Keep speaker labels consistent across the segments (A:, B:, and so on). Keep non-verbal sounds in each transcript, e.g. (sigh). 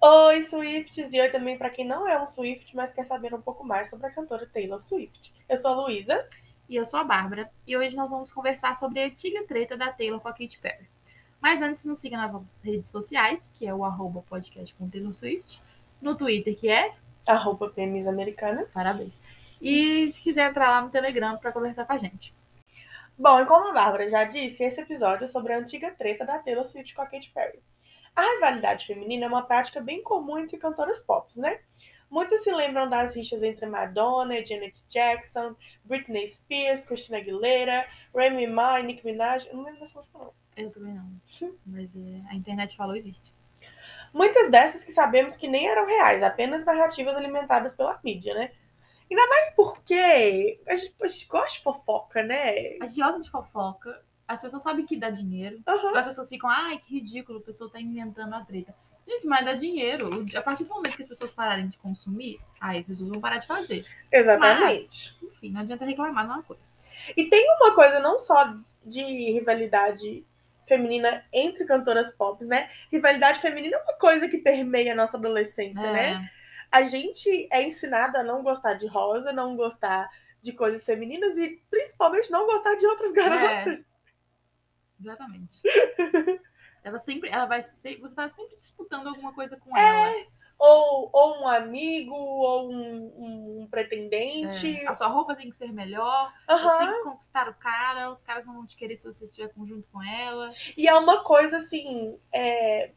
A: Oi, Swifts! E oi também para quem não é um Swift, mas quer saber um pouco mais sobre a cantora Taylor Swift. Eu sou a Luísa.
B: E eu sou a Bárbara. E hoje nós vamos conversar sobre a antiga treta da Taylor com a Katy Perry. Mas antes, nos siga nas nossas redes sociais, que é o arroba podcast com Taylor Swift. No Twitter, que é...
A: Arroba PMs Americana.
B: Parabéns. E se quiser entrar lá no Telegram para conversar com a gente.
A: Bom, e como a Bárbara já disse, esse episódio é sobre a antiga treta da Taylor Swift com a Katy Perry. A rivalidade feminina é uma prática bem comum entre cantoras pop, né? Muitos se lembram das rixas entre Madonna, Janet Jackson, Britney Spears, Christina Aguilera, Remy Ma e Nicki Minaj. Eu não lembro dessa música, não.
B: Eu também não. Mas é, a internet falou existe.
A: Muitas dessas que sabemos que nem eram reais, apenas narrativas alimentadas pela mídia, né? Ainda mais porque a gente, a gente gosta de fofoca, né?
B: A gente gosta de fofoca, as pessoas sabem que dá dinheiro.
A: Aham.
B: As pessoas ficam, ai, que ridículo, a pessoa tá inventando a treta. Gente, mas dá dinheiro. A partir do momento que as pessoas pararem de consumir, aí as pessoas vão parar de fazer.
A: Exatamente.
B: Enfim, não adianta reclamar numa coisa.
A: E tem uma coisa não só de rivalidade feminina entre cantoras pop, né? Rivalidade feminina é uma coisa que permeia a nossa adolescência,
B: É,
A: né? a gente é ensinada a não gostar de rosa, não gostar de coisas femininas e principalmente não gostar de outras garotas.
B: Exatamente. ela sempre, ela vai ser, você tá sempre disputando alguma coisa
A: É,
B: com ela.
A: Ou, ou um amigo, ou um, um pretendente.
B: É, A sua roupa tem que ser melhor, você
A: Aham.
B: tem que conquistar o cara, os caras não vão te querer se você estiver junto com ela.
A: E é uma coisa assim. é,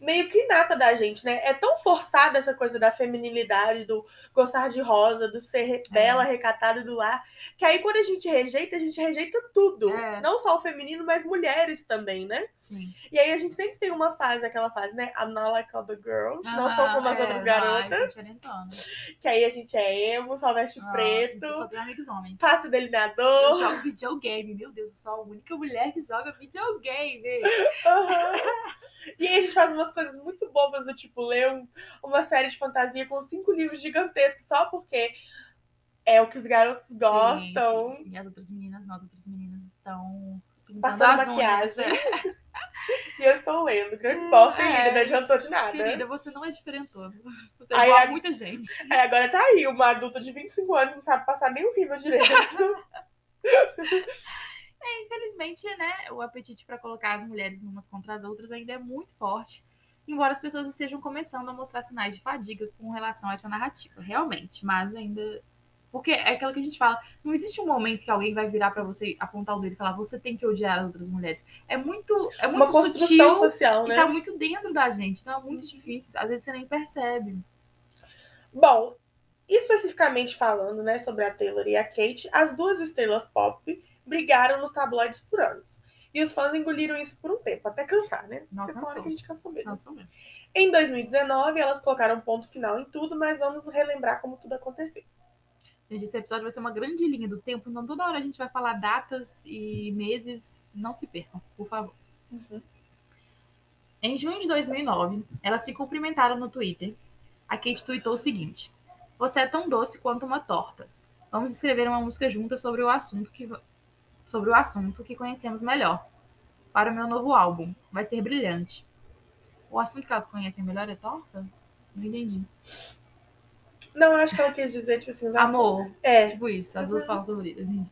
A: Meio que inata da gente, né? É tão forçada essa coisa da feminilidade, do gostar de rosa, do ser re-
B: É.
A: bela, recatada do lar, que aí quando a gente rejeita, a gente rejeita tudo.
B: É.
A: Não só o feminino, mas mulheres também, né?
B: Sim.
A: E aí a gente sempre tem uma fase, aquela fase, né? I'm not like other girls, não sou como as
B: Ah, é,
A: outras
B: Mas, é
A: garotas.
B: diferentona.
A: Que aí a gente é emo, só veste
B: Ah,
A: preto, Oh.
B: Eu só tenho amigos homens.
A: face
B: Eu
A: delineador.
B: jogo videogame, meu Deus, eu sou a única mulher que joga videogame.
A: Aham. e aí a gente faz umas coisas muito bobas do tipo ler um- uma série de fantasia com cinco livros gigantescos só porque é o que os garotos gostam.
B: Sim, sim. E as outras meninas, nós outras meninas estão pintando
A: Passando
B: as unhas. né?
A: maquiagem. (laughs) e eu estou lendo. Grandes
B: Hum,
A: bosta, hein,
B: é.
A: linda? Não adiantou de nada.
B: (laughs) Querida, você não é diferentona. Você é
A: Aí
B: igual a
A: a-
B: muita gente.
A: É, agora tá aí, uma adulta de 25 anos não sabe passar nem o rímel
B: Tá
A: direito.
B: Infelizmente, né, o apetite para colocar as mulheres umas contra as outras ainda é muito forte. Embora as pessoas estejam começando a mostrar sinais de fadiga com relação a essa narrativa, realmente, mas ainda. Porque é aquilo que a gente fala, não existe um momento que alguém vai virar para você apontar o dedo e falar você tem que odiar as outras mulheres. É muito, é muito
A: uma construção
B: sutil
A: social,
B: e
A: né?
B: tá muito dentro da gente, então é muito difícil. Às vezes você nem percebe.
A: Bom, especificamente falando, né, sobre a Taylor e a Kate, as duas estrelas pop brigaram nos tabloides por anos. E os fãs engoliram isso por um tempo, até cansar, né?
B: Não
A: Porque foi uma hora
B: cansou.
A: que a gente cansou mesmo.
B: Não sou mesmo.
A: Em 2019, elas colocaram um ponto final em tudo, mas vamos relembrar como tudo aconteceu.
B: Gente, esse episódio vai ser uma grande linha do tempo, então toda hora a gente vai falar datas e meses. Não se percam, por favor. Em junho de 2009, elas se cumprimentaram no Twitter. A Kate tweetou o seguinte: Você é tão doce quanto uma torta. Vamos escrever uma música juntas sobre o assunto que sobre o assunto que conhecemos melhor para o meu novo álbum. Vai ser brilhante. O assunto que elas conhecem melhor é torta? Não entendi.
A: Não, eu acho que ela quis dizer, tipo assim, os
B: Amor,
A: assuntos- É.
B: tipo isso. As duas falam sobre isso. Entendi.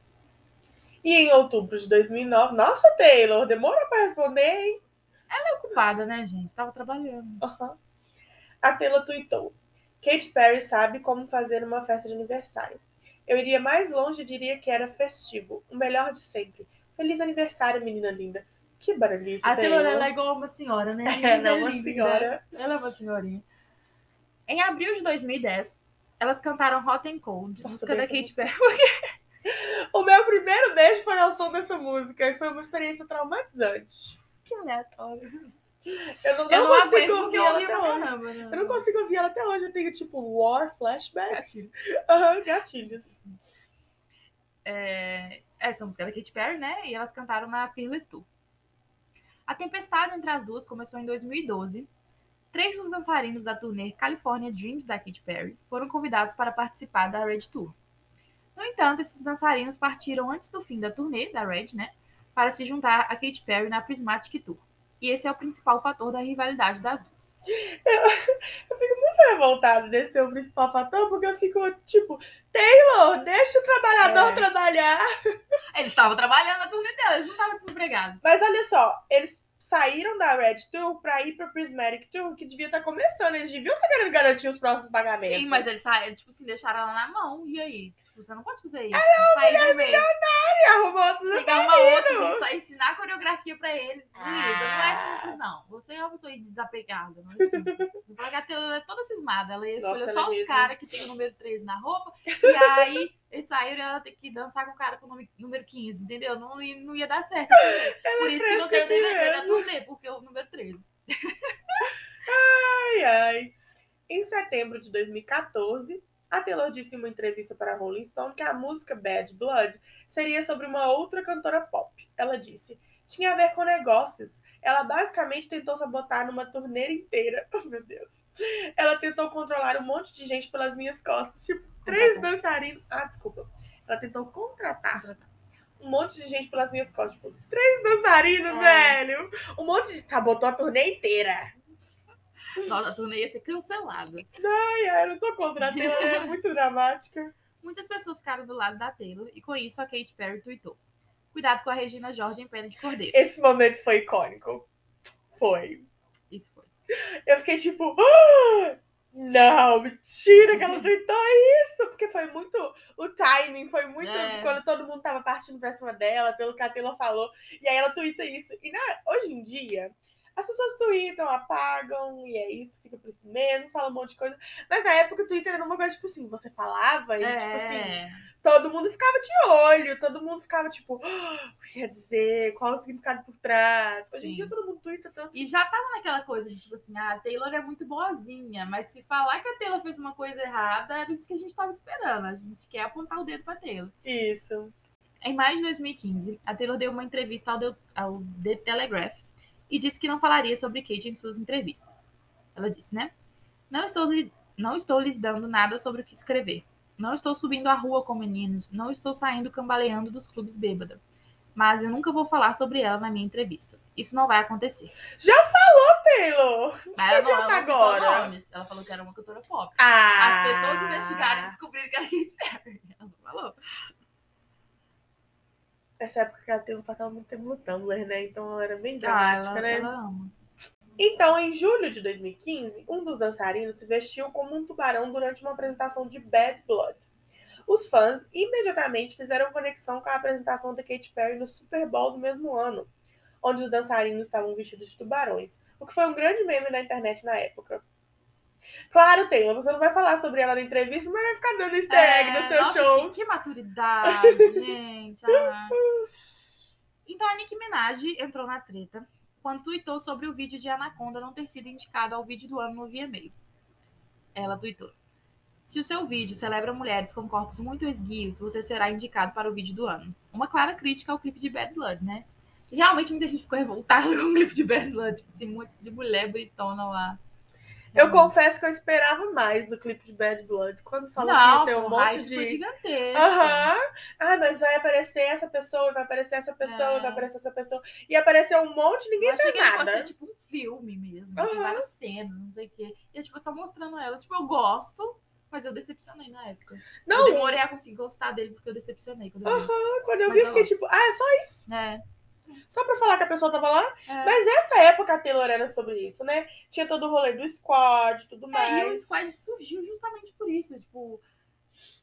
A: E em outubro de 2009, nossa, Taylor, demorou pra responder, hein?
B: Ocupada, né, gente? Tava trabalhando.
A: Aham. A Taylor tuitou. Katy Perry sabe como fazer uma festa de aniversário. Eu iria mais longe e diria que era festivo. O melhor de sempre. Feliz aniversário, menina linda. Que barulhice,
B: A
A: Taylor.
B: Taylor,
A: (laughs)
B: ela é igual uma senhora, né?
A: É, não,
B: Menina
A: uma
B: linda.
A: senhora.
B: Ela é uma senhorinha. Em abril de 2010, elas cantaram Hot and Cold,
A: Nossa,
B: música
A: bem
B: da
A: essa
B: Katy
A: música.
B: Perry.
A: O meu primeiro beijo foi ao som dessa música e foi uma experiência traumatizante.
B: Que aleatório.
A: Eu não,
B: eu
A: não
B: não
A: consigo
B: aguento
A: ouvir
B: porque eu
A: ela
B: ouvi
A: até
B: pra
A: hoje.
B: caramba. né?
A: Eu não consigo ouvir ela até hoje. Eu tenho, tipo, war, flashbacks.
B: Gatilho.
A: Aham, gatilhos.
B: É, Essa música é da Katy Perry, né? E elas cantaram na Fearless Tour. A tempestade entre as duas começou em 2012. Três dos dançarinos da turnê California Dreams da Katy Perry foram convidados para participar da Red Tour. No entanto, esses dançarinos partiram antes do fim da turnê da Red, né? Para se juntar a Katy Perry na Prismatic Tour. E esse é o principal fator da rivalidade das duas.
A: Eu fico muito revoltada desse seu principal fator, porque eu fico tipo, Taylor, deixa o trabalhador
B: É.
A: trabalhar.
B: Eles estavam trabalhando na turnê dela, eles não estavam desempregados.
A: Mas olha só, eles saíram da Red Tour pra ir pra Prismatic Tour, que devia estar começando. Eles deviam estar querendo garantir os próximos pagamentos.
B: Sim, mas eles saíram, tipo, se deixaram ela na mão. E aí? Tipo, você não pode fazer isso. Sair do meio.
A: E arrumou outros
B: Tem que arrumar outros, só ensinar a coreografia pra eles. Luísa, não é
A: Ah.
B: simples, não. Você é uma pessoa desapegada, não é simples. Pra Gatela, ela é toda cismada. Ela ia
A: Nossa,
B: escolher
A: ela
B: só
A: é
B: os
A: mesmo.
B: caras que tem o número 13 na roupa. E aí, eles saíram e ela tem que dançar com o cara com o nome- número 15, entendeu? Não, ia- não ia dar certo. Por isso que não tem o
A: fresca assim
B: DVD da
A: mesmo.
B: turnê, porque é o número 13.
A: Ai, ai. Em setembro de 2014, a Taylor disse em uma entrevista para a Rolling Stone que a música Bad Blood seria sobre uma outra cantora pop. Ela disse: tinha a ver com negócios. Ela basicamente tentou sabotar numa turnê inteira. (laughs) Oh, meu Deus. Ela tentou controlar um monte de gente pelas minhas costas. Tipo, três dançarinos. Ah, desculpa. Ela tentou contratar um monte de gente pelas minhas costas. Tipo, três dançarinos,
B: É.
A: velho. Um monte de. Sabotou a turnê inteira.
B: Nossa, a turnê ia ser cancelada.
A: Ai, ai, É, eu não tô contra a Taylor, ela é muito dramática.
B: Muitas pessoas ficaram do lado da Taylor e com isso a Kate Perry tweetou. Cuidado com a Regina Jorge em pele de cordeiro.
A: Esse momento foi icônico. Foi.
B: Isso foi.
A: Eu fiquei tipo, "Ah! não, mentira que ela tentou isso, porque foi muito, o timing foi muito,
B: É.
A: quando todo mundo tava partindo pra cima dela, pelo que a Taylor falou, e aí ela tuita isso. E na- hoje em dia, as pessoas tweetam, apagam, e é isso, fica por isso mesmo, fala um monte de coisa. Mas na época o Twitter era uma coisa, tipo assim, você falava e, tipo assim,
B: É.
A: todo mundo ficava de olho, todo mundo ficava tipo, "Ah, o que quer dizer? Qual o significado por trás? Hoje
B: Sim.
A: em dia todo mundo twitta tanto.
B: E já tava naquela coisa de tipo assim, ah, a Taylor é muito boazinha, mas se falar que a Taylor fez uma coisa errada, era isso que a gente tava esperando. A gente quer apontar o dedo pra Taylor.
A: Isso.
B: Em maio de 2015, a Taylor deu uma entrevista ao The, ao The Telegraph e disse que não falaria sobre Kate em suas entrevistas. Ela disse, né? Não estou, li- não estou lhes dando nada sobre o que escrever. Não estou subindo a rua com meninos. Não estou saindo cambaleando dos clubes bêbada. Mas eu nunca vou falar sobre ela na minha entrevista. Isso não vai acontecer.
A: Taylor!
B: Mas ela, não, ela
A: adianta
B: não citou
A: agora?
B: nomes. Ela falou que era uma cantora pop.
A: Ah,
B: As pessoas investigaram e descobriram que era Katy Perry. Ela tá não falou.
A: Nessa época que a Taylor passava muito tempo no Tumblr, né? Então ela era bem
B: Ah,
A: dramática,
B: ela,
A: né?
B: ela ama.
A: Então, em julho de 2015, um dos dançarinos se vestiu como um tubarão durante uma apresentação de Bad Blood. Os fãs imediatamente fizeram conexão com a apresentação da Katy Perry no Super Bowl do mesmo ano, onde os dançarinos estavam vestidos de tubarões, o que foi um grande meme na internet na época. Claro, Taylor, você não vai falar sobre ela na entrevista, mas vai ficar dando easter egg
B: É,
A: nos seus
B: nossa,
A: shows.
B: Que, que maturidade, (laughs) gente. Ah. Então a Nicki Minaj entrou na treta quando tweetou sobre o vídeo de Anaconda não ter sido indicado ao vídeo do ano no VMA. Ela tweetou. Se o seu vídeo celebra mulheres com corpos muito esguios, você será indicado para o vídeo do ano. Uma clara crítica ao clipe de Bad Blood, né? E realmente muita gente ficou revoltada (laughs) com o clipe de Bad Blood. Tipo, Esse monte de mulher bonitona lá.
A: Eu confesso que eu esperava mais do clipe de Bad Blood, quando falou
B: Não,
A: que ia ter um
B: o
A: monte
B: hype
A: de...
B: foi gigantesco.
A: Aham. Ah, mas vai aparecer essa pessoa, vai aparecer essa pessoa,
B: É.
A: vai aparecer essa pessoa. E apareceu um monte, ninguém
B: Eu achei
A: fez
B: que ele fosse
A: nada.
B: tipo um filme mesmo, com
A: Aham.
B: várias cenas, não sei o quê. E eu, tipo, só mostrando elas. Tipo, eu gosto, mas eu decepcionei na época. Eu
A: Não,
B: demorei a conseguir gostar dele porque eu decepcionei quando eu vi.
A: quando eu
B: mas
A: vi,
B: eu
A: fiquei
B: gosto.
A: tipo, ah, é só,
B: É,
A: só pra falar que a pessoa tava lá.
B: é.
A: Mas essa época a Taylor era sobre isso, né? Tinha todo o rolê do squad e tudo mais.
B: É, e o squad surgiu justamente por isso, tipo,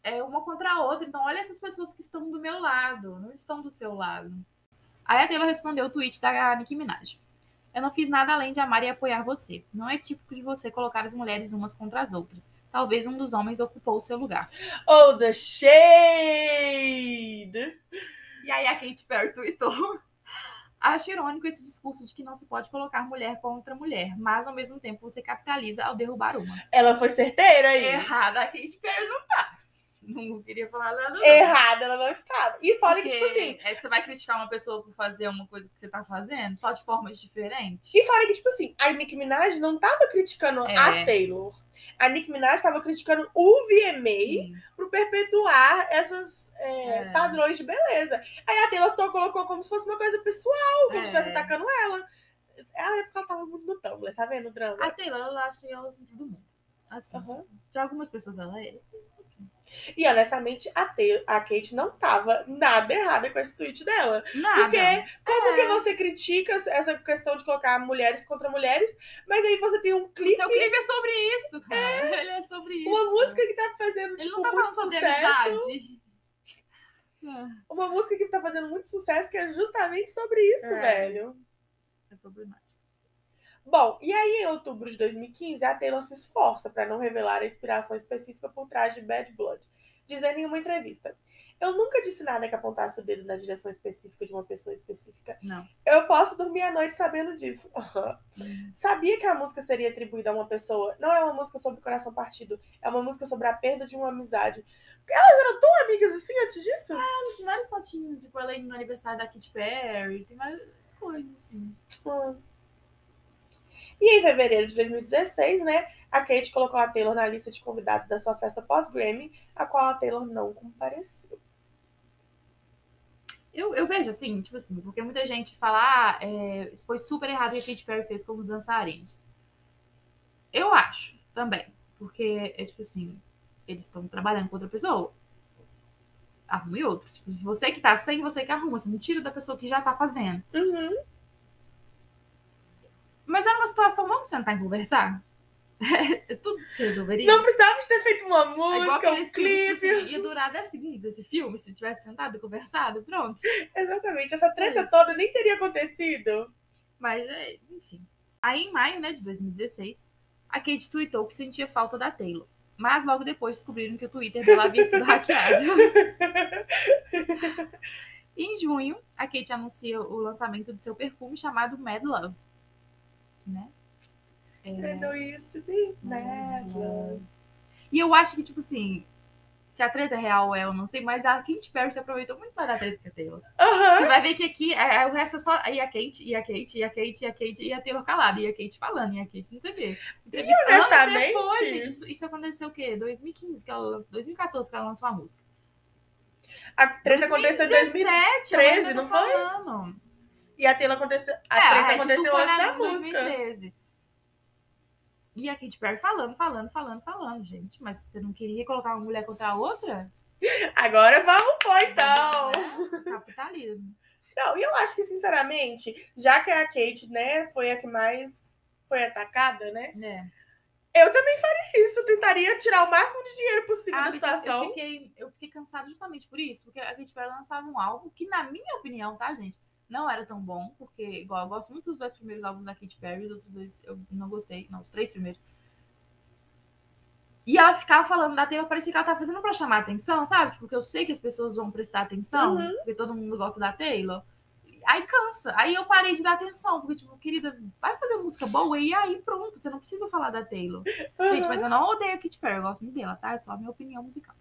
B: é uma contra a outra. Então, olha essas pessoas que estão do meu lado, não estão do seu lado. Aí a Taylor respondeu o tweet da Nicki Minaj. Eu não fiz nada além de amar e apoiar você. Não é típico de você colocar as mulheres umas contra as outras. Talvez um dos homens ocupou o seu lugar.
A: Oh, the shade!
B: E aí a Kate Perry tweetou. (laughs) Acho irônico esse discurso de que não se pode colocar mulher contra mulher, mas ao mesmo tempo você capitaliza ao derrubar uma.
A: Ela foi certeira aí.
B: Errada, a Kate Perry não tá. Não queria falar nada. não.
A: Errada, ela não estava. E fora que, tipo
B: Porque
A: assim,
B: é que você vai criticar uma pessoa por fazer uma coisa que você tá fazendo, só de formas diferentes.
A: E fora que, tipo assim, a Nicki Minaj não tava criticando
B: É.
A: a Taylor. A Nicki Minaj tava criticando o VMA
B: Sim.
A: pro perpetuar esses
B: É.
A: padrões de beleza. Aí a Taylor to- colocou como se fosse uma coisa pessoal, como se
B: É.
A: estivesse atacando ela. É a época que ela tava muito no Tumblr, tá vendo o drama?
B: A Taylor, ela acha elas em todo mundo. Assim.
A: Aham.
B: De algumas pessoas ela é.
A: E honestamente, a, Taylor, a Kate não tava nada errada com esse tweet dela.
B: Nada.
A: Porque como
B: É.
A: que você critica essa questão de colocar mulheres contra mulheres, mas aí você tem um
B: O
A: clipe,
B: seu clipe é sobre isso, cara. Ele é sobre isso.
A: uma música que tá fazendo
B: Ele
A: tipo,
B: não tá
A: muito
B: falando sobre
A: sucesso,
B: amizade. É,
A: uma música que tá fazendo muito sucesso que é justamente sobre isso,
B: É.
A: velho.
B: é problemático.
A: Bom, e aí em outubro de 2015, a Taylor se esforça para não revelar a inspiração específica por trás de Bad Blood, dizendo em uma entrevista: Eu nunca disse nada que apontasse o dedo na direção específica de uma pessoa específica.
B: Não.
A: Eu posso dormir à noite sabendo disso. (laughs) Sabia que a música seria atribuída a uma pessoa. Não é uma música sobre o coração partido, é uma música sobre a perda de uma amizade. Elas eram tão amigas assim antes disso?
B: Tem várias fotinhas, tipo, ela indo no aniversário da Katy Perry. Tem várias coisas, assim.
A: Hum. E em fevereiro de 2016, né, a Kate colocou a Taylor na lista de convidados da sua festa pós-Grammy, a qual a Taylor não compareceu.
B: Eu, eu vejo assim, tipo assim, porque muita gente fala, ah, é, isso foi super errado o que a Katy Perry fez com os dançarinos. Eu acho também, porque é tipo assim, eles estão trabalhando com outra pessoa. Arrume outros. Tipo, se você que tá sem, você que arruma. Você não tira da pessoa que já tá fazendo.
A: Uhum.
B: Mas era uma situação, vamos sentar e conversar? (laughs) É Tudo se resolveria.
A: Não precisava de ter feito uma
B: É igual
A: música, um
B: aqueles filmes, tipo
A: clipe.
B: assim, ia durar 10 segundos esse filme, se tivesse sentado e conversado, pronto.
A: Exatamente, essa treta
B: É isso.
A: toda nem teria acontecido.
B: Mas, é, enfim. Aí, em maio né, de 2016, a Kate tweetou que sentia falta da Taylor. Mas logo depois descobriram que o Twitter dela havia sido hackeado. (laughs) em junho, a Kate anuncia o lançamento do seu perfume chamado Mad Love. Que, né?
A: Entendeu
B: É.
A: isso? Be mad,
B: Uhum.
A: love.
B: E eu acho que, tipo assim, se a treta é real ou é, eu não sei, mas a Kate Perry se aproveitou muito mais da treta que a Taylor.
A: Aham.
B: Você vai ver que aqui é, é, o resto é só. E a Kate, e a Kate, e a Kate, e a Kate, e a Taylor calada, e a Kate falando, e a Kate não sei o quê. Entrevista anos
A: honestamente-
B: depois, gente, isso, isso aconteceu o quê? 2015, que ela lançou, 2014 que ela lançou a música.
A: A treta aconteceu em 2000.
B: 2013,
A: não foi?
B: tá Falando.
A: E a Taylor aconteceu. A
B: é,
A: treta
B: Red
A: aconteceu
B: Bull
A: antes
B: foi
A: da
B: em
A: música.
B: 2013. E a Kate Perry falando, falando, falando, falando, gente. Mas você não queria colocar uma mulher contra a outra?
A: Agora vamos pôr então.
B: Né? Capitalismo.
A: Não, e eu acho que, sinceramente, já que a Kate, né, foi a que mais foi atacada, né?
B: É.
A: Eu também faria isso, tentaria tirar o máximo de dinheiro possível da
B: Ah, mas eu-
A: situação.
B: Eu fiquei, eu fiquei cansada justamente por isso, porque a Katy Perry lançava um álbum que, na minha opinião, tá, gente, não era tão bom, porque, igual, eu gosto muito dos dois primeiros álbuns da Katy Perry, os outros dois eu não gostei, não, os três primeiros. E ela ficava falando da Taylor, parecia que ela tava fazendo pra chamar atenção, sabe? Porque eu sei que as pessoas vão prestar atenção,
A: Uhum.
B: porque todo mundo gosta da Taylor. Aí cansa. Aí eu parei de dar atenção, porque, tipo, querida, vai fazer música boa e aí pronto, você não precisa falar da Taylor. Gente,
A: Uhum.
B: mas eu não odeio a Katy Perry, eu gosto muito dela, tá? É só a minha opinião musical.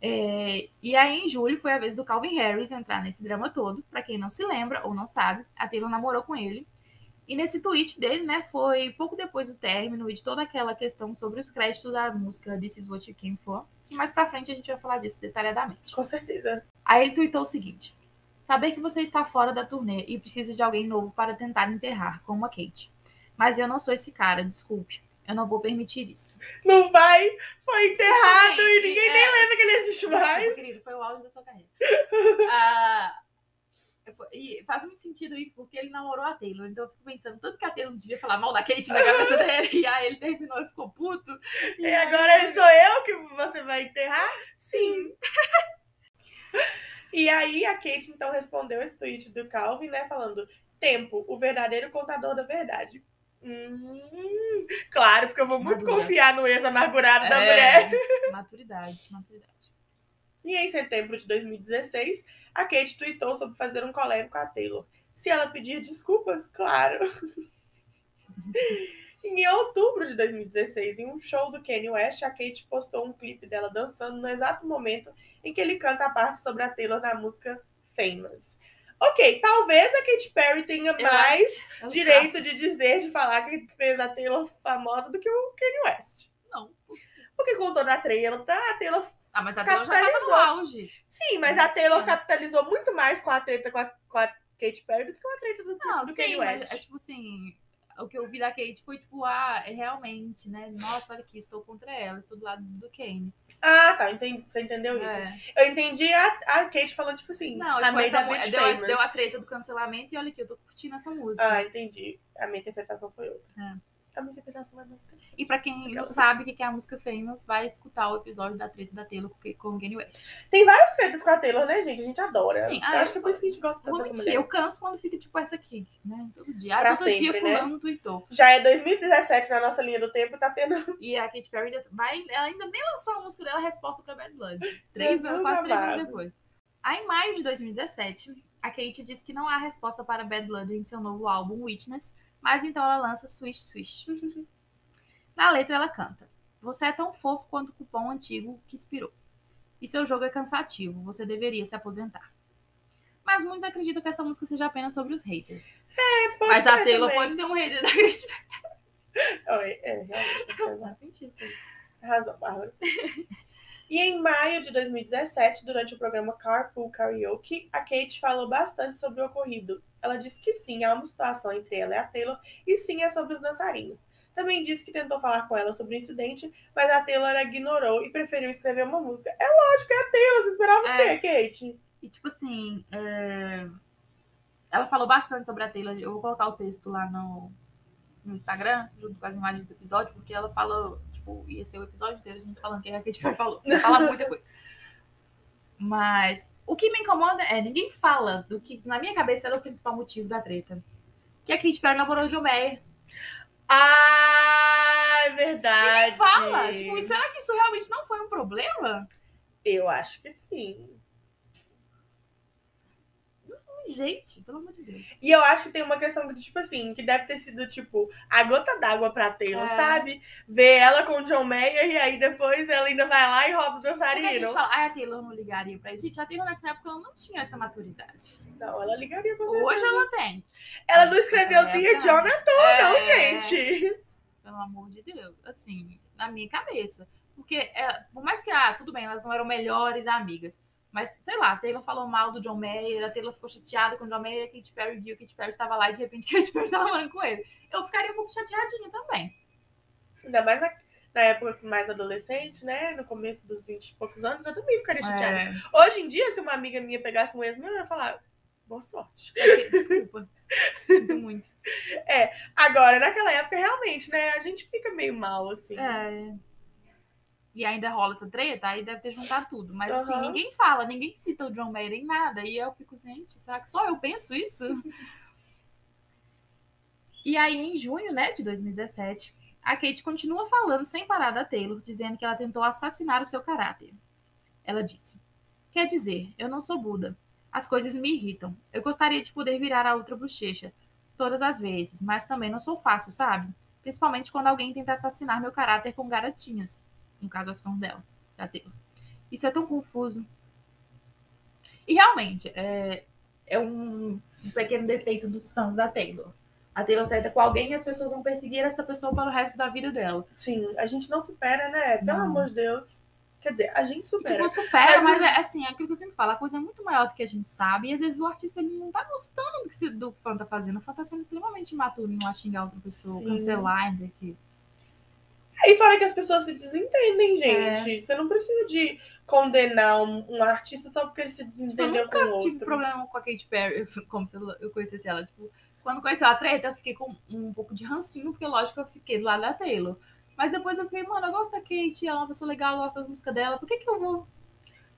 B: É, e aí, em julho, foi a vez do Calvin Harris entrar nesse drama todo. Pra quem não se lembra ou não sabe, a Taylor namorou com ele. E nesse tweet dele, né, foi pouco depois do término e de toda aquela questão sobre os créditos da música This Is What You Came For. Que mais pra frente a gente vai falar disso detalhadamente.
A: Com certeza.
B: Aí ele tweetou o seguinte: Saber que você está fora da turnê e precisa de alguém novo para tentar enterrar, como a Kate. Mas eu não sou esse cara, desculpe. Eu não vou
A: (laughs)
B: permitir isso.
A: Não vai, foi enterrado
B: Gente,
A: e ninguém
B: é,
A: nem lembra que ele existe
B: desculpa,
A: mais.
B: querido, foi o auge da sua carreira. (laughs) Ah, eu fo- e faz muito sentido isso, porque ele namorou a Taylor. Então eu fico pensando, tanto que a Taylor não devia falar mal da Kate na
A: (laughs)
B: cabeça dele. E aí ele terminou e ficou puto.
A: E agora sou eu que você vai enterrar? Sim. (laughs) e aí a Kate então respondeu esse tweet do Calvin, né, falando: "Tempo, o verdadeiro contador da verdade". Hum, claro, porque eu vou muito
B: Madura.
A: confiar no ex amargurado da
B: É,
A: mulher.
B: Maturidade, maturidade.
A: E em setembro de 2016, a Kate tweetou sobre fazer um collab com a Taylor. Se ela pedir desculpas, claro. E em outubro de 2016, em um show do Kanye West, a Kate postou um clipe dela dançando no exato momento em que ele canta a parte sobre a Taylor na música Famous. Ok, talvez a Katy Perry tenha
B: acho é
A: mais
B: Ela
A: direito de dizer, de falar que fez a Taylor famosa do que o Kanye West.
B: está- Não.
A: Porque com toda a Taylor, tá? A Taylor
B: Ah, mas a Taylor já tava no
A: Capitalizou.
B: auge.
A: Sim, mas a
B: Sim.
A: Taylor capitalizou muito mais com a treta com a, com a Kate Perry do que uma treta do,
B: Não,
A: do
B: sim,
A: Kanye
B: mas
A: West.
B: é tipo assim, o que eu vi da Kate foi tipo, ah, é realmente, né? Nossa, olha aqui, estou contra ela, estou do lado do Kane.
A: Ah, tá. entendi- você entendeu isso?
B: É.
A: Eu entendi a, a Kate falando, tipo assim,
B: Não,
A: a
B: tipo,
A: made
B: essa,
A: a
B: mu-
A: bitch
B: deu, a,
A: famous.
B: deu a treta do cancelamento e olha aqui, eu tô curtindo essa música.
A: Ah, entendi. A minha interpretação foi outra. A minha interpretação é mais interessante.
B: E pra quem não
A: Legal.
B: sabe o que que é a música Famous, vai escutar o episódio da treta da Taylor com- com o Kanye West.
A: Tem várias tretas com a Taylor, né, gente? A gente adora.
B: Sim,
A: eu
B: ah,
A: acho que é por isso que a gente gosta
B: Vou
A: tanto dessa
B: mentir,
A: mulher.
B: eu canso quando fica tipo essa aqui, né? Todo dia. Ah,
A: Pra
B: todo dia
A: sempre, né?
B: fulano tuitou.
A: Já é 2017 na nossa linha do tempo e tá tendo
B: E a Katy Perry ainda, vai, ela ainda nem lançou a música dela, Resposta pra Bad
A: (laughs)
B: Blood. Três
A: Jesus
B: anos, quase três anos
A: amado.
B: depois. Aí, em maio de 2017, a Kate disse que não há resposta para Bad Blood em seu novo álbum Witness, mas então ela lança
A: (laughs)
B: Swish Swish. Na letra, ela canta: Você é tão fofo quanto o cupom antigo que expirou. E seu jogo é cansativo, você deveria se aposentar. Mas muitos acreditam que essa música seja apenas sobre os haters.
A: Pode
B: mas a
A: (laughs) ser
B: Taylor
A: também.
B: pode ser um hater da Kate
A: Oi, é, realmente, você
B: Perry.
A: tem
B: Faz sentido.
A: razão, Bárbara. E em maio de 2017, durante o programa Carpool Karaoke, a Kate falou bastante sobre o ocorrido. Ela disse que sim, há uma situação entre ela e a Taylor, e sim, é sobre os dançarinos. Também disse que tentou falar com ela sobre o incidente, mas a Taylor a ignorou e preferiu escrever uma música. É lógico, é a Taylor, você esperava o
B: É.
A: quê, Kate?
B: E tipo assim, é, ela falou bastante sobre a Taylor. Eu vou colocar o texto lá no, no Instagram, junto com as imagens do episódio, porque ela falou, tipo, ia ser o episódio inteiro a gente falando que a Katy Perry falou. Vai falar muita coisa. Mas o que me incomoda é, ninguém fala do que, na minha cabeça, era o principal motivo da treta. Que a Katy Perry namorou o John Mayer.
A: Ah, é verdade.
B: Ninguém fala! Tipo, e será que isso realmente não foi um problema?
A: Eu acho que sim.
B: Gente, pelo amor de Deus.
A: E eu acho que tem uma questão de, tipo assim, que deve ter sido, tipo, a gota d'água pra Taylor,
B: É.
A: sabe? Ver ela com o John Mayer e aí depois ela ainda vai lá e rouba o
B: Porque a
A: dançarino.
B: gente fala, ai, a Taylor não ligaria pra isso. Gente, a Taylor nessa época ela não tinha essa maturidade.
A: Não, ela ligaria pra você.
B: Hoje ela tem.
A: Ela não escreveu
B: É,
A: Dear
B: não.
A: John à toa,
B: É,
A: não, gente.
B: Pelo amor de Deus. Assim, na minha cabeça. Porque, é, por mais que, ah, tudo bem, elas não eram melhores amigas. Mas, sei lá, a Taylor falou mal do John Mayer, a Taylor ficou chateada com o John Mayer, a Katy Perry viu, a Katy Perry estava lá e de repente (laughs) a Katy Perry estava morando com ele. Eu ficaria um pouco chateadinha também.
A: Ainda mais na, na época mais adolescente, né? No começo dos 20 e poucos anos, eu também ficaria chateada.
B: É,
A: Hoje em dia, se uma amiga minha pegasse um ex meu, eu ia falar, boa sorte.
B: É, porque- desculpa. Sinto muito.
A: Agora, naquela época, realmente, né? A gente fica meio mal, assim.
B: É. E ainda rola essa treta, aí deve ter juntado tudo. Mas assim,
A: Aham.
B: ninguém fala, ninguém cita o John Mayer em nada. E eu fico, gente, será que só eu penso isso? (laughs) e aí, em junho, né, de 2017, a Kate continua falando sem parar da Taylor, dizendo que ela tentou assassinar o seu caráter. Ela disse: Quer dizer, eu não sou Buda. As coisas me irritam. Eu gostaria de poder virar a outra bochecha todas as vezes, mas também não sou fácil, sabe? principalmente quando alguém tenta assassinar meu caráter com garotinhas. No caso, as fãs dela, da Taylor. Isso é tão confuso. E realmente, é, é um, um pequeno defeito dos fãs da Taylor. A Taylor treta com alguém e as pessoas vão perseguir essa pessoa pelo resto da vida dela.
A: Sim, a gente não supera, né? Pelo
B: Não.
A: amor de Deus. Quer dizer, a gente
B: E,
A: supera.
B: tipo, supera,
A: Mas-
B: mas, é, assim, é aquilo que eu sempre falo, a coisa é muito maior do que a gente sabe. E às vezes o artista ele não tá gostando do que se- do que o fã tá fazendo. O fã tá sendo extremamente imaturo em não lá xingar outra pessoa,
A: Sim.
B: cancelar, dizer que.
A: E fora que as pessoas se desentendem,
B: É.
A: gente. Você não precisa de condenar um, um artista só porque ele se
B: Tipo, eu
A: desentendeu com
B: nunca
A: o
B: tive
A: outro.
B: problema com a Katy Perry, eu- como se eu- eu conhecesse ela. Tipo, quando conheceu a treta, eu fiquei com um pouco de rancinho, porque lógico eu fiquei do lado da Taylor. Mas depois eu fiquei, mano, eu gosto da Kate, ela é uma pessoa legal, eu gosto das músicas dela. Por que, que eu vou?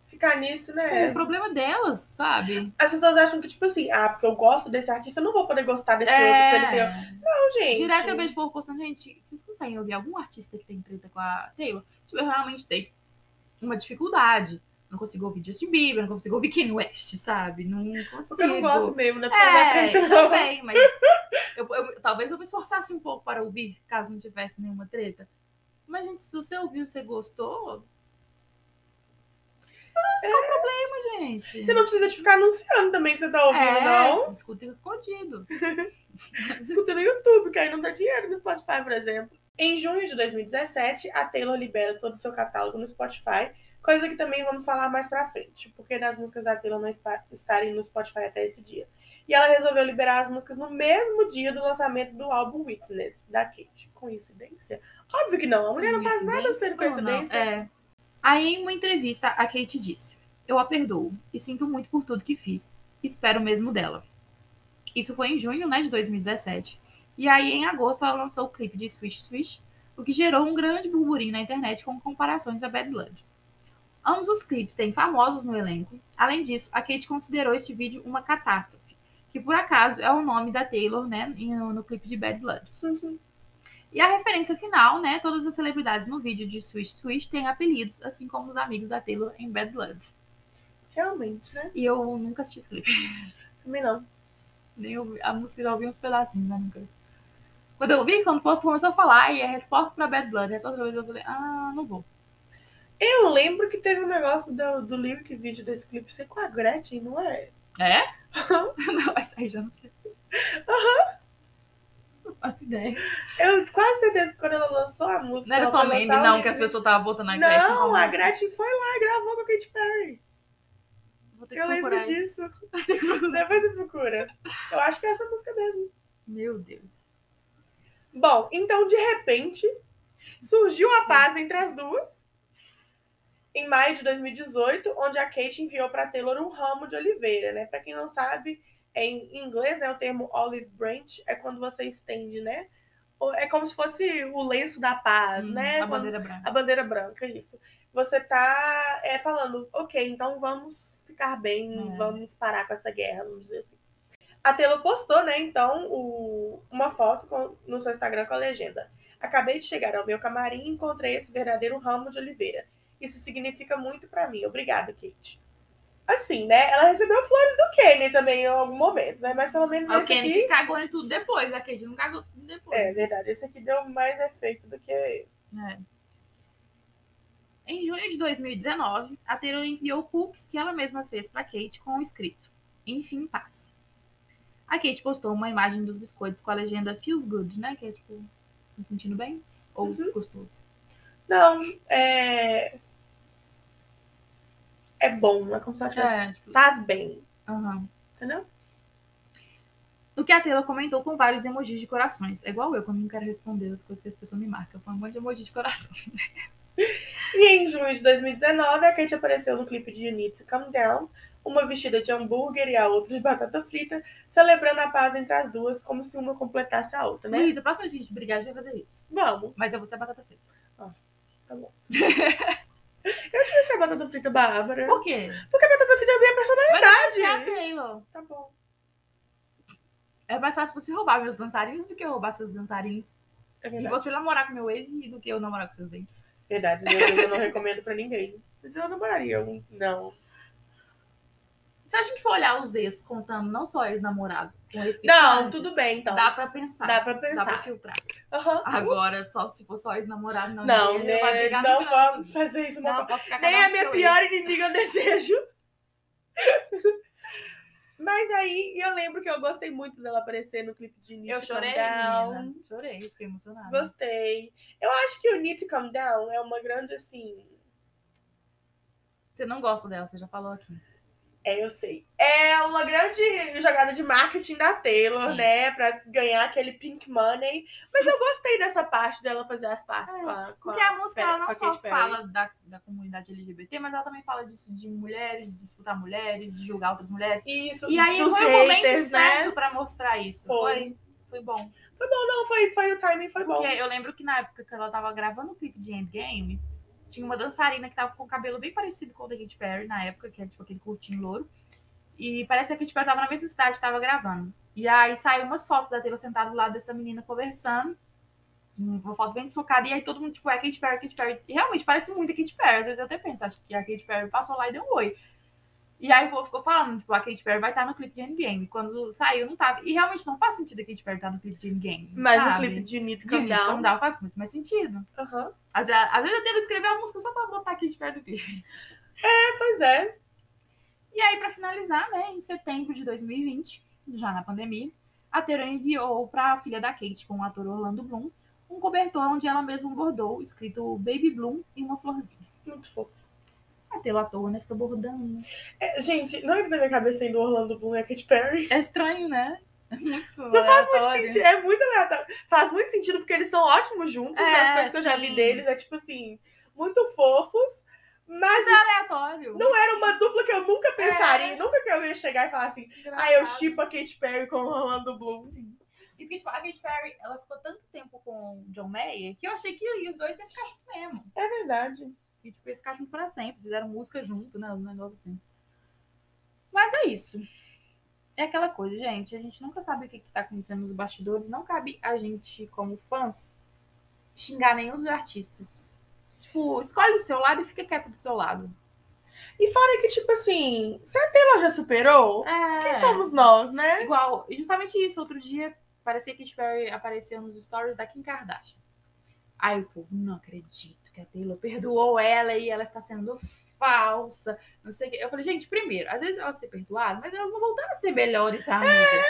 A: Ficar nisso,
B: O
A: né?
B: problema delas, sabe?
A: As pessoas acham que, tipo assim, ah, porque eu gosto desse artista, eu não vou poder gostar desse outro. Se ele tem... Não, gente.
B: É. Direto eu vejo o povo postando, gente, vocês conseguem ouvir algum artista que tem treta com a Taylor? Tipo, eu realmente tenho uma dificuldade. Não consigo ouvir Justin Bieber, não consigo ouvir Kanye West, sabe? Não consigo.
A: Porque eu não gosto mesmo, né? Porque
B: É,
A: eu não
B: tudo
A: aprendo, não.
B: bem, mas eu- eu- talvez eu me esforçasse um pouco para ouvir, caso não tivesse nenhuma treta. Mas, gente, se você ouviu, você gostou. Não tem problema, gente.
A: Você não precisa de ficar anunciando também que você tá ouvindo, não.
B: é, escutem escondido.
A: Escuta no YouTube, que aí não dá dinheiro no Spotify, por exemplo. Em junho de 2017, a Taylor libera todo o seu catálogo no Spotify, coisa que também vamos falar mais pra frente, porque das músicas da Taylor não espa- estarem no Spotify até esse dia. E ela resolveu liberar as músicas no mesmo dia do lançamento do álbum Witness, da Kate. Coincidência? Óbvio que não, a mulher não faz nada sendo
B: Não, não,
A: coincidência.
B: é. Aí, em uma entrevista, a Kate disse: Eu a perdoo e sinto muito por tudo que fiz. Espero o mesmo dela. Isso foi em junho né, de 2017. E aí, em agosto, ela lançou o clipe de Swish Swish, o que gerou um grande burburinho na internet com comparações da Bad Blood. Ambos os clipes têm famosos no elenco. Além disso, a Kate considerou este vídeo uma catástrofe, que por acaso é o nome da Taylor né, em- no clipe de Bad Blood.
A: Uhum.
B: E a referência final, né? Todas as celebridades no vídeo de Swish Swish têm apelidos, assim como os amigos da Taylor em Bad Blood.
A: Realmente, né?
B: E eu nunca assisti esse clipe.
A: Também não.
B: Nem ouvi, a música eu já ouvi uns pedacinhos, mas nunca. Quando eu ouvi, quando o povo começou a falar, e a resposta pra Bad Blood, a resposta pra Bad Blood, eu falei, ah, não vou. (laughs)
A: Eu lembro que teve um negócio do, do lyric vídeo desse clipe ser com a Gretchen, não é?
B: É?
A: (laughs)
B: não, essa aí já não sei. Não faço ideia.
A: Eu quase certeza que quando ela lançou a música.
B: Não era
A: ela
B: só
A: foi
B: meme,
A: lançar o
B: não, que
A: lyric
B: as pessoas estavam botando a
A: vídeo.
B: Gretchen.
A: Não,
B: como-
A: a Gretchen foi lá e gravou com a Katy Perry.
B: Vou ter que
A: Eu lembro
B: procurar isso.
A: disso.
B: (laughs)
A: Depois você procura. Eu acho que é essa música mesmo.
B: Meu Deus.
A: Bom, então de repente surgiu a paz entre as duas. Em maio de 2018, onde a Kate enviou para Taylor um ramo de oliveira, né? Para quem não sabe, em inglês, né, o termo olive branch é quando você estende, né? Ou- É como se fosse o lenço da paz,
B: Hum,
A: né?
B: A
A: Quando-
B: bandeira branca.
A: a bandeira branca, isso. Você tá é, falando, ok, então vamos ficar bem,
B: É.
A: vamos parar com essa guerra, vamos dizer assim. A Taylor postou, né, então, o- uma foto com- no seu Instagram com a legenda. Acabei de chegar ao meu camarim e encontrei esse verdadeiro ramo de oliveira. Isso significa muito pra mim. Obrigada, Kate. Assim, né? Ela recebeu flores do Kenny também em algum momento, né? Mas pelo menos
B: Ah, o
A: esse
B: Kenny
A: aqui...
B: que cagou em tudo depois, né? a Kate não cagou tudo depois.
A: É, verdade. Esse aqui deu mais efeito do que...
B: Em junho de 2019, a Taylor enviou cookies que ela mesma fez para Kate com o escrito: Enfim, paz. A Kate postou uma imagem dos biscoitos com a legenda Feels Good, né? Que é tipo, me sentindo bem? Ou
A: Uhum.
B: gostoso.
A: Não, é. É bom, é como se ela tivesse.
B: É, tipo,
A: Faz bem,
B: aham.
A: entendeu?
B: No que a Taylor comentou com vários emojis de corações. É igual eu, quando não quero responder as coisas que as pessoas me marcam. Eu põe um monte de emoji de coração.
A: E em junho de 2019, a Kate apareceu no clipe de You Need to Calm Down, uma vestida de hambúrguer e a outra de batata frita, celebrando a paz entre as duas, como se uma completasse a outra, né?
B: Luísa, a próxima vez que a gente brigar, a gente vai fazer isso.
A: Vamos.
B: Mas eu vou ser a batata frita.
A: Eu tive essa é batata frita bárbara.
B: Por quê?
A: Porque a batata frita é a minha
B: Você é a
A: personalidade.
B: Taylor.
A: Tá bom.
B: É mais fácil você roubar meus dançarinos do que eu roubar seus dançarinos.
A: É
B: E
A: verdade.
B: você namorar com meu ex e do que eu namorar com seus ex.
A: Verdade, eu eu não recomendo pra ninguém. Mas eu namoraria um. Não.
B: Se a gente for olhar os ex contando não só ex-namorado, com ex
A: Não, tudo bem, então.
B: Dá pra pensar.
A: Dá pra
B: Dá pra
A: pensar.
B: filtrar.
A: Aham.
B: Agora, só se for só ex-namorado, não.
A: Não,
B: ninguém
A: né?
B: vai brigar
A: Não
B: nunca na
A: vamos
B: sua vida.
A: fazer isso. Não.
B: Não, pode ficar
A: Nem
B: cada um
A: a minha
B: com seu
A: pior inimiga eu desejo. Mas aí eu lembro que eu gostei muito dela aparecer no clipe de Need
B: ex. Eu
A: to
B: chorei,
A: Calm Down.
B: menina. Chorei, fiquei emocionada.
A: Gostei. Eu acho que o Need to Calm Down é uma grande assim.
B: Você não gosta dela, você já falou aqui.
A: É, eu sei. É uma grande jogada de marketing da Taylor,
B: Sim.
A: né? Pra ganhar aquele pink money. Mas eu gostei dessa parte dela fazer as partes
B: É,
A: com a. Com
B: Porque
A: a...
B: a música,
A: Pera, é
B: ela
A: com
B: não
A: a
B: só
A: Katy Perry.
B: fala da, da comunidade LGBT, mas ela também fala disso de mulheres, disputar mulheres, de julgar outras mulheres.
A: Isso,
B: E aí
A: dos
B: foi o momento
A: haters, né?
B: certo pra mostrar isso. Foi.
A: Foi.
B: Foi bom.
A: Foi bom, não, foi, foi o timing, foi bom.
B: Porque eu lembro que na época que ela tava gravando o clipe de Endgame, tinha uma dançarina que tava com o cabelo bem parecido com o da Katy Perry na época, que é tipo aquele curtinho louro. E parece que a Katy Perry tava na mesma cidade, tava gravando. E aí saiu umas fotos da Taylor sentada do lado dessa menina conversando. Uma foto bem desfocada. E aí todo mundo, tipo, é Katy Perry, Katy Perry. E realmente parece muito a Katy Perry. Às vezes eu até penso, acho que a Katy Perry passou lá e deu um oi. E aí o povo ficou falando, tipo, a Katy Perry vai estar no clipe de Endgame. Quando saiu, não tava. E realmente não faz sentido a Katy Perry estar no clipe de Endgame.
A: Mas
B: sabe?
A: no um clipe de Need to
B: De
A: Calm
B: Calm Down.
A: Down.
B: um faz muito mais sentido.
A: Aham.
B: Às vezes, às vezes eu tento escrever a música só pra botar aqui de perto do clipe.
A: É, pois é.
B: E aí, pra finalizar, né, em setembro de 2020, já na pandemia, a Taylor enviou pra filha da Kate, com o ator Orlando Bloom, um cobertor onde ela mesma bordou, escrito Baby Bloom e uma florzinha.
A: Muito fofo.
B: A martelo à toa, né? Fica bordando.
A: É, gente, não entra na minha cabeça ainda o Orlando Bloom e a Katy Perry.
B: É estranho, né? É Muito
A: Não faz muito (laughs)
B: aleatório.
A: sentido. É muito aleatório. Faz muito sentido porque eles são ótimos juntos.
B: É,
A: as coisas que eu já vi
B: sim.
A: deles é tipo assim, muito fofos. Mas
B: Mas é aleatório.
A: não era uma dupla que eu nunca
B: É.
A: pensaria. Nunca que eu ia chegar e falar assim, ah, eu
B: Engraçado.
A: chipo a Katy Perry com o Orlando Bloom.
B: E porque, tipo, a Katy Perry, ela ficou tanto tempo com o John Mayer que eu achei que os dois iam ficar junto mesmo.
A: É verdade.
B: E, tipo, ia ficar junto pra sempre. Fizeram música junto, né? Um negócio assim. Mas é isso. É aquela coisa, gente. A gente nunca sabe o que, que tá acontecendo nos bastidores. Não cabe a gente, como fãs, xingar nenhum dos artistas. Tipo, escolhe o seu lado e fica quieto do seu lado.
A: E fora que, tipo assim, se a Taylor já superou,
B: É.
A: quem somos nós, né?
B: Igual, e justamente isso, outro dia, parecia que a Katy Perry apareceu nos stories da Kim Kardashian. Aí o povo, não acredito que a Taylor perdoou ela e ela está sendo falsa, não sei o quê. Eu falei, gente, primeiro, às vezes elas se perdoaram, mas elas não voltaram a ser melhores amigas.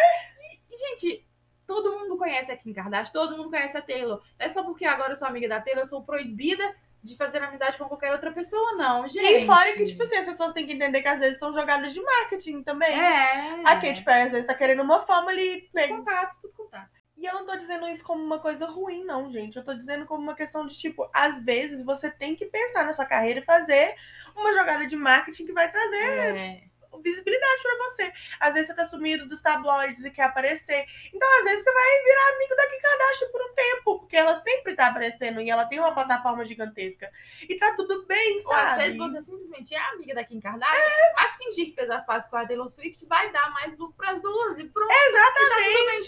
B: E, e, gente, todo mundo conhece a Kim Kardashian, todo mundo conhece a Taylor. Não é só porque agora eu sou amiga da Taylor, eu sou proibida de fazer amizade com qualquer outra pessoa, não, gente.
A: E fora que, tipo assim, as pessoas têm que entender que às vezes são jogadas de marketing também.
B: É.
A: A Katy Perry às vezes tá querendo uma fama ali. né?
B: Contatos, tudo contato.
A: E eu não tô dizendo isso como uma coisa ruim, não, gente. Eu tô dizendo como uma questão de, tipo, às vezes você tem que pensar na sua carreira e fazer uma jogada de marketing que vai trazer
B: É.
A: visibilidade pra você. Às vezes você tá sumido dos tabloides e quer aparecer. Então, às vezes, você vai virar amigo da Kim Kardashian por um tempo, porque ela sempre tá aparecendo e ela tem uma plataforma gigantesca. E tá tudo bem,
B: Ou às
A: sabe?
B: vezes você simplesmente é amiga da Kim Kardashian, mas fingir que fez as pazes com a Taylor Swift vai dar mais lucro pras duas. E pronto,
A: Exatamente!
B: tudo bem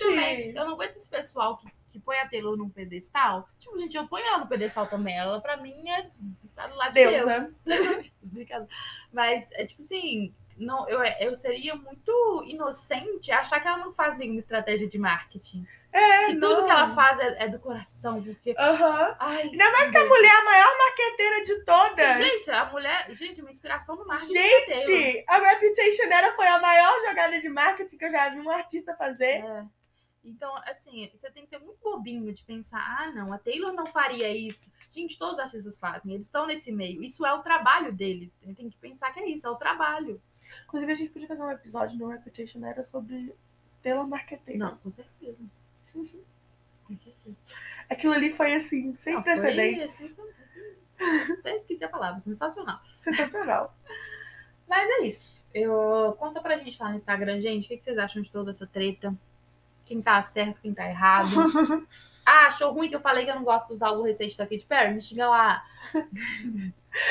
B: também. Eu não aguento esse pessoal que, que põe a Taylor num pedestal. Tipo, gente, eu ponho ela no pedestal também. Ela, pra mim, é tá do lado de
A: Deusa.
B: Deus. (laughs) Brincadeira. mas, é tipo assim... Não, eu, eu seria muito inocente achar que ela não faz nenhuma estratégia de marketing.
A: É,
B: que
A: não.
B: tudo que ela faz é, é do coração, porque.
A: Aham.
B: Ai,
A: Ainda mais que a mulher é a maior marqueteira de todas.
B: Gente, é a mulher. Gente, uma inspiração no marketing. né? da Taylor.
A: Gente, a Reputation era foi a maior jogada de marketing que eu já vi um artista fazer.
B: É. Então, assim, você tem que ser muito bobinho de pensar, ah, não, a Taylor não faria isso. Gente, todos os artistas fazem, eles estão nesse meio. Isso é o trabalho deles. Tem que pensar que é isso, é o trabalho.
A: Inclusive, a gente podia fazer um episódio no Reputation era sobre Taylor marqueteira.
B: Não, com certeza. Com certeza.
A: Aquilo ali foi assim, sem
B: Não, foi é
A: precedentes.
B: sensacional. é um- (laughs) Até esqueci a palavra, sensacional.
A: Sensacional.
B: Mas é isso. Eu... Conta pra gente lá no Instagram, gente, o que que vocês acham de toda essa treta? Quem tá certo, quem tá (laughs) errado. Ah, achou ruim que eu falei que eu não gosto dos álbuns recentes da Katy Perry? Me xinga lá.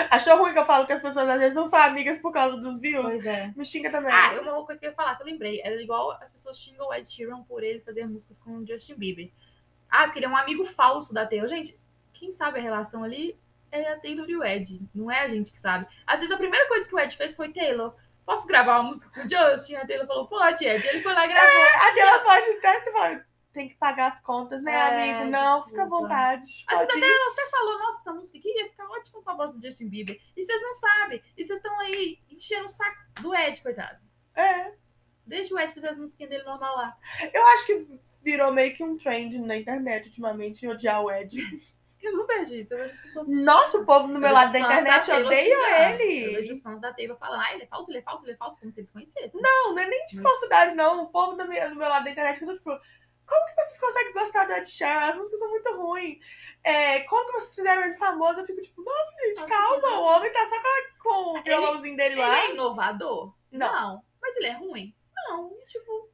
A: Achou ruim que eu falo que as pessoas às vezes não são amigas por causa dos views?
B: Pois é.
A: Me xinga também.
B: Ah, uma coisa que eu ia falar, que eu lembrei. Era igual as pessoas xingam o Ed Sheeran por ele fazer músicas com o Justin Bieber. Ah, porque ele é um amigo falso da Taylor. Gente, quem sabe a relação ali é a Taylor e o Ed. Não é a gente que sabe. Às vezes a primeira coisa que o Ed fez foi, Taylor, posso gravar uma música com o Justin? A Taylor falou, pode, Ed. Ele foi lá e gravou.
A: A Taylor pode até ter falado, tem que pagar as contas, né,
B: É,
A: amigo? Não, fica à
B: desculpa.
A: vontade.
B: Às vezes
A: pode
B: até
A: ir.
B: ela até falou, nossa, essa música aqui ia ficar ótima com a voz do Justin Bieber. E vocês não sabem. E vocês estão aí enchendo o saco do Ed, coitado.
A: É.
B: Deixa o Ed fazer as musiquinhas dele normal lá.
A: Eu acho que virou meio que um trend na internet ultimamente odiar o Ed.
B: Eu não vejo isso, eu vejo as pessoas
A: Nossa, o povo no meu
B: Eu
A: lado da
B: vejo os fãs
A: internet
B: Taylor
A: odeia
B: xingando. Eu vejo
A: ele.
B: os fãs da Taylor falando, ah, ele é falso, ele é falso, ele é falso, como se eles conhecessem.
A: Não, não é nem de
B: Mas-
A: falsidade, não. O povo do meu, do meu lado da internet fica tipo. Como que vocês conseguem gostar do Ed Sheeran? As músicas são muito ruins. É, como que vocês fizeram ele famoso? Eu fico tipo, nossa, gente,
B: Nossa,
A: calma.
B: gente.
A: O homem tá só com, a- com o
B: Ele-
A: violãozinho dele
B: Ele
A: lá.
B: é inovador?
A: Não.
B: Mas ele é ruim? Não. E, tipo,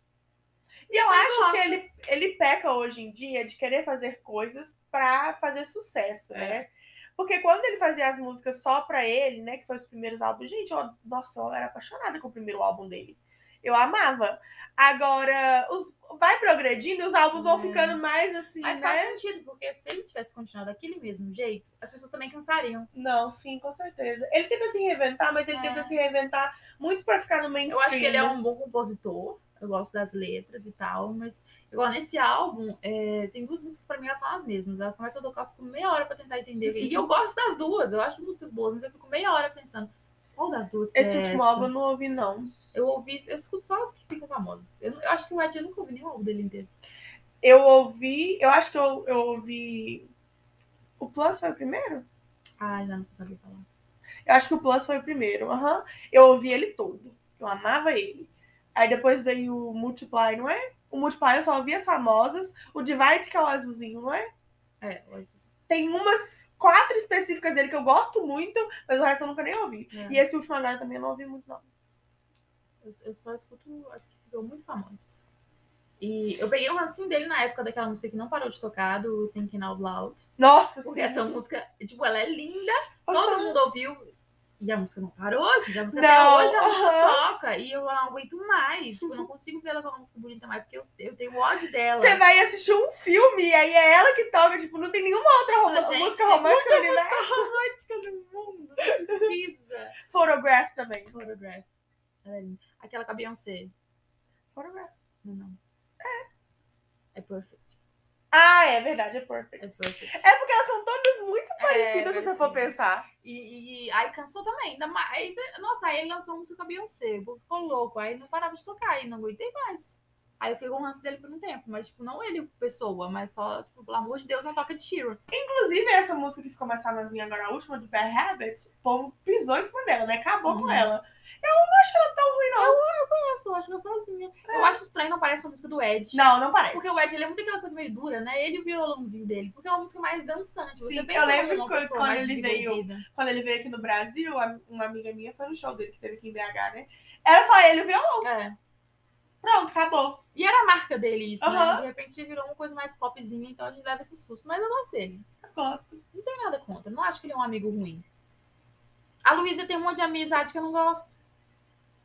A: E eu
B: Mas
A: acho
B: gosta.
A: que ele, ele peca hoje em dia de querer fazer coisas pra fazer sucesso,
B: É.
A: né? Porque quando ele fazia as músicas só pra ele, né? Que foi os primeiros álbuns, gente, eu, nossa, eu era apaixonada com o primeiro álbum dele. Eu amava. Agora, os, vai progredindo e os álbuns vão
B: É.
A: ficando mais assim,
B: mas
A: né?
B: faz sentido, porque se ele tivesse continuado daquele mesmo jeito, as pessoas também cansariam.
A: Não, sim, com certeza. Ele tenta se reinventar, mas ele
B: É.
A: tenta se reinventar muito pra ficar no mainstream.
B: Eu acho que ele é
A: né?
B: um bom compositor, eu gosto das letras e tal, mas igual nesse álbum, é, tem duas músicas pra mim, elas são as mesmas. Elas começam a tocar, eu fico meia hora pra tentar entender. E eu gosto das duas, eu acho músicas boas, mas eu fico meia hora pensando, qual das duas que
A: Esse
B: é
A: último
B: essa?
A: álbum eu não ouvi, não.
B: Eu ouvi, eu escuto só as que ficam famosas. Eu, eu acho que o Ed eu nunca ouvi nenhum álbum dele inteiro.
A: Eu ouvi, eu acho que eu, eu ouvi. O Plus foi o primeiro?
B: Ah, já não sabia falar.
A: Eu acho que o Plus foi o primeiro. Aham. Eu ouvi ele todo. Eu amava ele. Aí depois veio o Multiply, não é? O Multiply eu só ouvia as famosas. O Divide, que é o azulzinho, não é?
B: É, hoje.
A: Tem umas quatro específicas dele que eu gosto muito, mas o resto eu nunca nem ouvi.
B: É.
A: E esse último agora também eu não ouvi muito, não.
B: Eu, eu só escuto as que ficam muito famosas. E eu peguei um rancinho dele na época daquela música que não parou de tocar, do Thinking Out Loud.
A: Nossa,
B: Porque
A: sim.
B: essa música, tipo, ela é linda,
A: Por
B: todo
A: favor.
B: mundo ouviu. E a música não parou, gente. A música
A: Não,
B: até hoje a música
A: aham.
B: toca. E eu não aguento mais. Tipo, eu não consigo ver ela com uma música bonita mais, porque eu, eu tenho ódio dela.
A: Você vai assistir um filme e aí é ela que toca, tipo, não tem nenhuma outra rom-
B: Gente,
A: música
B: tem
A: romântica né? no universo.
B: romântica do mundo. Não precisa.
A: Photograph também.
B: Photograph. Ela é linda. Aquela com a Beyoncé.
A: Photograph.
B: Não, não. É. É perfect.
A: Ah, é verdade, é perfect.
B: É perfect.
A: É porque elas são todas muito
B: É,
A: parecidas, se você for
B: parecidas.
A: pensar.
B: E, e aí cansou também, ainda mais. Nossa, aí ele lançou um música com a Beyoncé, o povo ficou louco, aí não parava de tocar, e não aguentei mais. Aí eu fiquei com o lance dele por um tempo, mas tipo, não ele pessoa, mas só, tipo, pelo amor de Deus, não toca de Sheeran.
A: Inclusive, essa música que ficou mais famosinha agora, a última do Bad Habits, o povo pisou em cima dela, né? Acabou com
B: Uhum.
A: ela. Eu não acho ela tá- tão ruim, não.
B: Eu só acho gostosinha.
A: É.
B: Eu acho estranho não parece a música do Ed.
A: Não, não parece.
B: Porque o Ed, ele é muito aquela coisa meio dura, né? Ele e o violãozinho dele, porque é uma música mais dançante. Você
A: Sim,
B: pensa
A: eu lembro
B: numa
A: quando-
B: pessoa
A: quando
B: mais
A: ele veio.
B: desenvolvida.
A: Quando ele veio aqui no Brasil, a- uma amiga minha foi no show dele que teve aqui em BH, né? Era só ele e o violão.
B: É.
A: Pronto, acabou.
B: E era a marca dele isso, né?
A: Aham.
B: De repente virou uma coisa mais popzinha, então a gente leva esse susto. Mas eu gosto dele.
A: Eu gosto.
B: Não tem nada contra. Não acho que ele é um amigo ruim. A Luísa tem um monte de amizade que eu não gosto.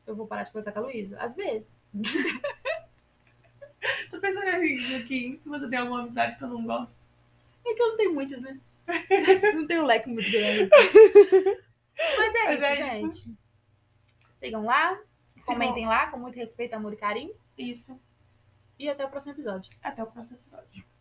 B: Eu vou parar de conversar com a Luísa? Às vezes.
A: Tô pensando assim, aqui, se você tem alguma amizade que eu não gosto.
B: É que eu não tenho muitas, né? (laughs) não tenho um leque muito grande. Mas é
A: Mas
B: isso,
A: é
B: gente. Sigam lá,
A: Se
B: comentem lá, com muito respeito, amor e carinho.
A: não- Isso.
B: E até o próximo episódio.
A: Até o próximo episódio.